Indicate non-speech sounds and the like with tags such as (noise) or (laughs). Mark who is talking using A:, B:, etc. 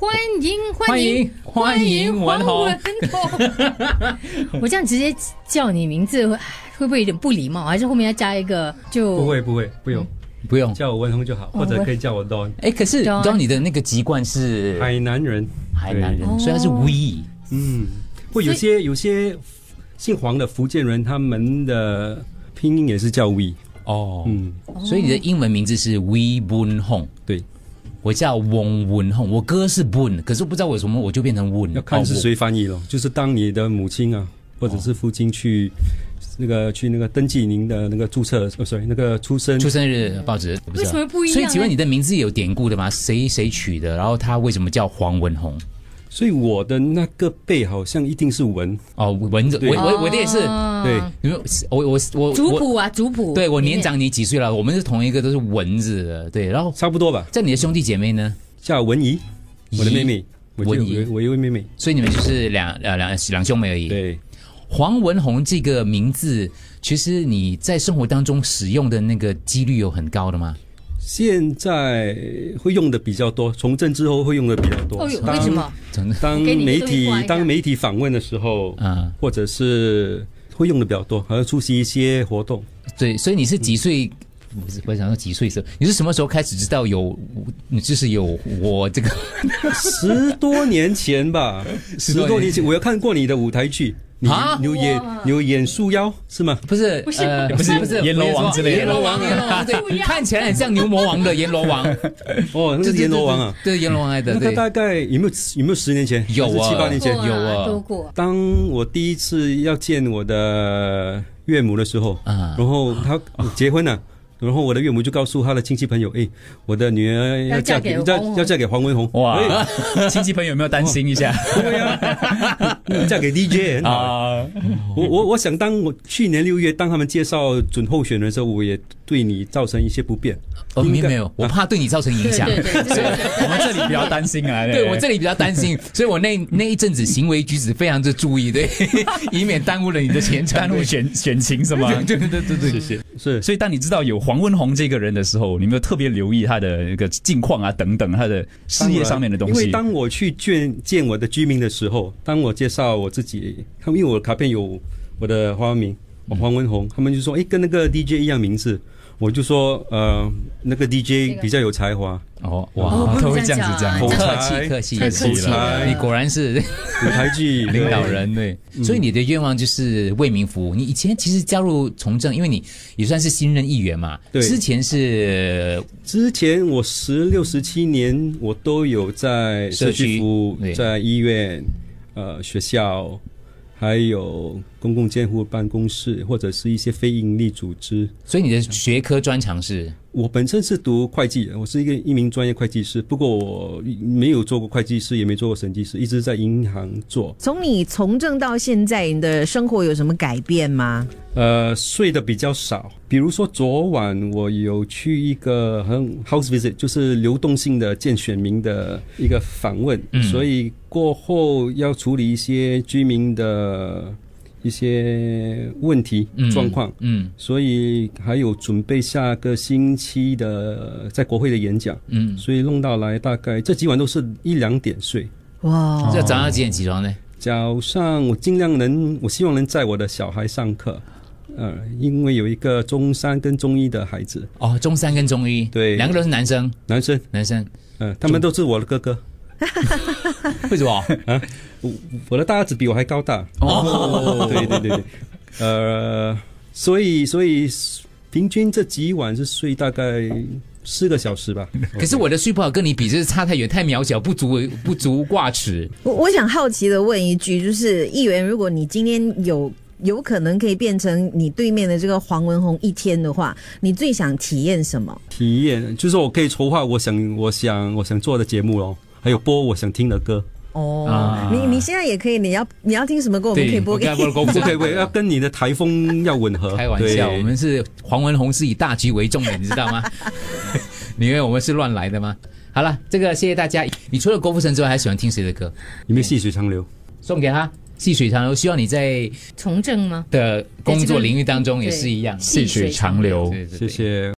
A: 欢迎
B: 欢
A: 欢
B: 迎
A: 迎
B: 欢迎
A: 欢
B: 文
A: 迎
B: 豪
A: 文豪。我这样直接叫你名字会哎会不会有点不礼貌？还是后面要加一个就啊
C: 不会不会，不用、
B: 不用。
C: 叫我文红就好，或者可以叫我 Don。
B: 哎，可是
A: Don
B: 当你的那个籍贯是
C: 海南人，
B: 海南人，
A: 对
B: 所以他是
A: 哦
B: We
C: 嗯，会有些有些姓黄的福建人，他们的拼音也是叫 We。
B: 哦，
C: 嗯，
B: 所以你的英文名字是 We Boon Hong。
C: 对，
B: 嗯我叫翁文宏，我哥是 Boon，可是不知道为什么我就变成 Won。
C: 要看是
B: 哦
C: 谁翻译咯。就是当你的母亲啊，或者是父亲去那个去那个登记您的那个注册，呃，sorry，那个出生
B: 出生日报纸不知
A: 为
B: 道
A: 什么不一样呢
B: 所以请问你的名字有典故的吗？谁谁取的？然后他为什么叫黄文宏？
C: 所以我的那个辈好像一定是文，
B: 哦，文字，
C: 对
B: 我我我的也是，
A: 哦
C: 对，
B: 因为我我我
A: 族
B: 我，
A: 谱啊，族谱。
B: 对我年长你几岁了？我们是同一个，都是文字的，对。然后
C: 差不多吧，
B: 在你的兄弟姐妹呢？
C: 叫文怡，我的妹妹，我就
B: 文怡
C: 有我有一位妹妹，
B: 所以你们就是两呃两两兄妹而已。，
C: 对，
B: 黄文宏这个名字，其实你在生活当中使用的那个几率有很高的吗？
C: 现在会用的比较多，从政之后会用的比较多。
A: 哦哟，
C: 当
A: 为什么？
B: 真的
C: 当
A: 给你
C: 媒
A: 一个东西刮一
C: 体
A: 下
C: 当媒体访问的时候，
B: 啊、
C: 或者是会用的比较多，好像出席一些活动。
B: 对，所以你是几岁？不是，我想说几岁的时候，你是什么时候开始知道有，你就是有我这个？
C: 十多年
A: (laughs)
C: 前吧，十
B: 多年前
C: 多年前，我有看过你的舞台剧，你
B: 啊
C: 你有演你有演束腰是吗？
B: 不是，不
A: 是
B: 呃、不是，不是
D: 阎罗王之类的
B: 阎罗王，阎罗王，
A: 不一
B: 对，
A: 样
B: 看起来很像牛魔王的阎罗王，
C: 哦，那个是阎罗王啊，
B: 对，对对阎罗王来的，
C: 那个
B: 对，
C: 大概有没有有没有十年前？
B: 有啊
C: 还是七八年前
A: 过。啊
B: 有啊
A: 都过。
C: 当我第一次要见我的岳母的时候，
B: 啊
C: 然后她结婚了。然后我的岳母就告诉她的亲戚朋友：“哎，我的女儿
A: 要
C: 要
A: 嫁
C: 嫁
A: 给
C: 给
A: 黄文宏
C: 要要嫁给黄文宏，
D: 哇，亲戚朋友有没有担心一下
C: 对 (laughs) 呀，嫁给 DJ 很好哦啊
D: 啊？
C: 我我我想，当我去年六月当他们介绍准候选人的时候，我也对你造成一些不便。
B: 哦，没有没有
C: 啊，
B: 我怕对你造成影
A: 对
B: 响。
A: 对对，这个
D: 我们这里比较担心
B: (laughs)
D: 啊。
B: 对我这里比较担 (laughs) 心，所以我那那一阵子行为举止非常的注意， (laughs) 对，以免耽误了你的前程。
D: 耽误选选情是吗？
B: (laughs) 对对对对对，谢谢。
C: 是
D: 所以当你知道有黄文宏这个人的时候，你有没有特别留意他的一个近况啊，等等他的事业上面的东
C: 因为
D: 西？
C: 当我去见见我的居民的时候，当我介绍我自己，他们因为我的卡片有我的花名，我黄文宏，他们就说：“哎，跟那个 DJ 一样名字。”我就说：“呃，那个 DJ 比较有才华，
D: 哦
A: 哦
D: 哇，
A: 不能
D: 他会这样子
A: 这样讲，
D: 讲
B: 客
C: 口
B: 气
C: 才
B: 客气，
A: 太客气
C: 了
B: 你果然 (laughs) 是
C: 舞台
D: (laughs)
C: 剧
B: 领导。人对，所以你的愿望就是为民服务。你以前其实加入从政，因为你也算是新任议员嘛，
C: 对
B: 之前是
C: 对”之前我十六、十七年，我都有在
B: 社
C: 社
B: 区
C: 区服务
B: 对，
C: 在医院、呃学校，还有公共监护办公室，或者是一些非营利组织。
B: 所以你的学科专长是
C: 我本身是读会计的，我是一个一名专业会计师，不过我没有做过会计师，也没做过审计师，一直在银行做。
E: 从你从政到现在，你的生活有什么改变吗？
C: 呃，睡得比较少，比如说昨晚我有去一个很 house visit，就是流动性的见选民的一个访问，
B: 嗯
C: 所以过后要处理一些居民的一些问题
B: 嗯
C: 状况。
B: 嗯
C: 所以还有准备下个星期的在国会的演讲，
B: 嗯，
C: 所以弄到来大概这几晚都是一两点睡。
E: 哇，
B: 这早上几点起床呢？
C: 早上我尽量能，我希望能载我的小孩上课，呃，因为有一个中三跟中一的孩子，
B: 哦，中三跟中一，
C: 对
B: 两个都是男生，
C: 男生，
B: 男生
C: 呃，他们都是我的哥哥，
B: 为什么？
C: 我的大儿子比我还高大。
B: 哦，
C: 对对对对，呃，所以所以平均这几晚是睡大概四个小时吧。
B: 可是我的睡不好跟你比，就是差太远，太渺小，不足为 (laughs) 不足挂齿。
E: 我我想好奇的问一句，就是议员，如果你今天有有可能可以变成你对面的这个黄文宏一天的话，你最想体验什么？
C: 体验，就是我可以筹划我想我想我想做的节目咯，还有播我想听的歌。
E: 哦，
B: 啊
E: 你你现在也可以，你要你要听什么歌，我们可以播 (laughs) 给
B: 我
E: 你。
B: 跟我
C: 不可以，不可以要跟你的台风要吻合。
B: 开玩笑，
C: 对
B: 我们是黄文宏是以大局为重的，你知道吗？你以为我们是乱来的吗？好了，这个谢谢大家。你除了郭富城之外，还喜欢听谁的歌？
C: 你们细水长流。
B: 送给他《细水长流》，希望你在
A: 从政吗？
B: 的工作领域当中也是一样。
A: 细水长
D: 流
B: 对对对
C: 谢谢。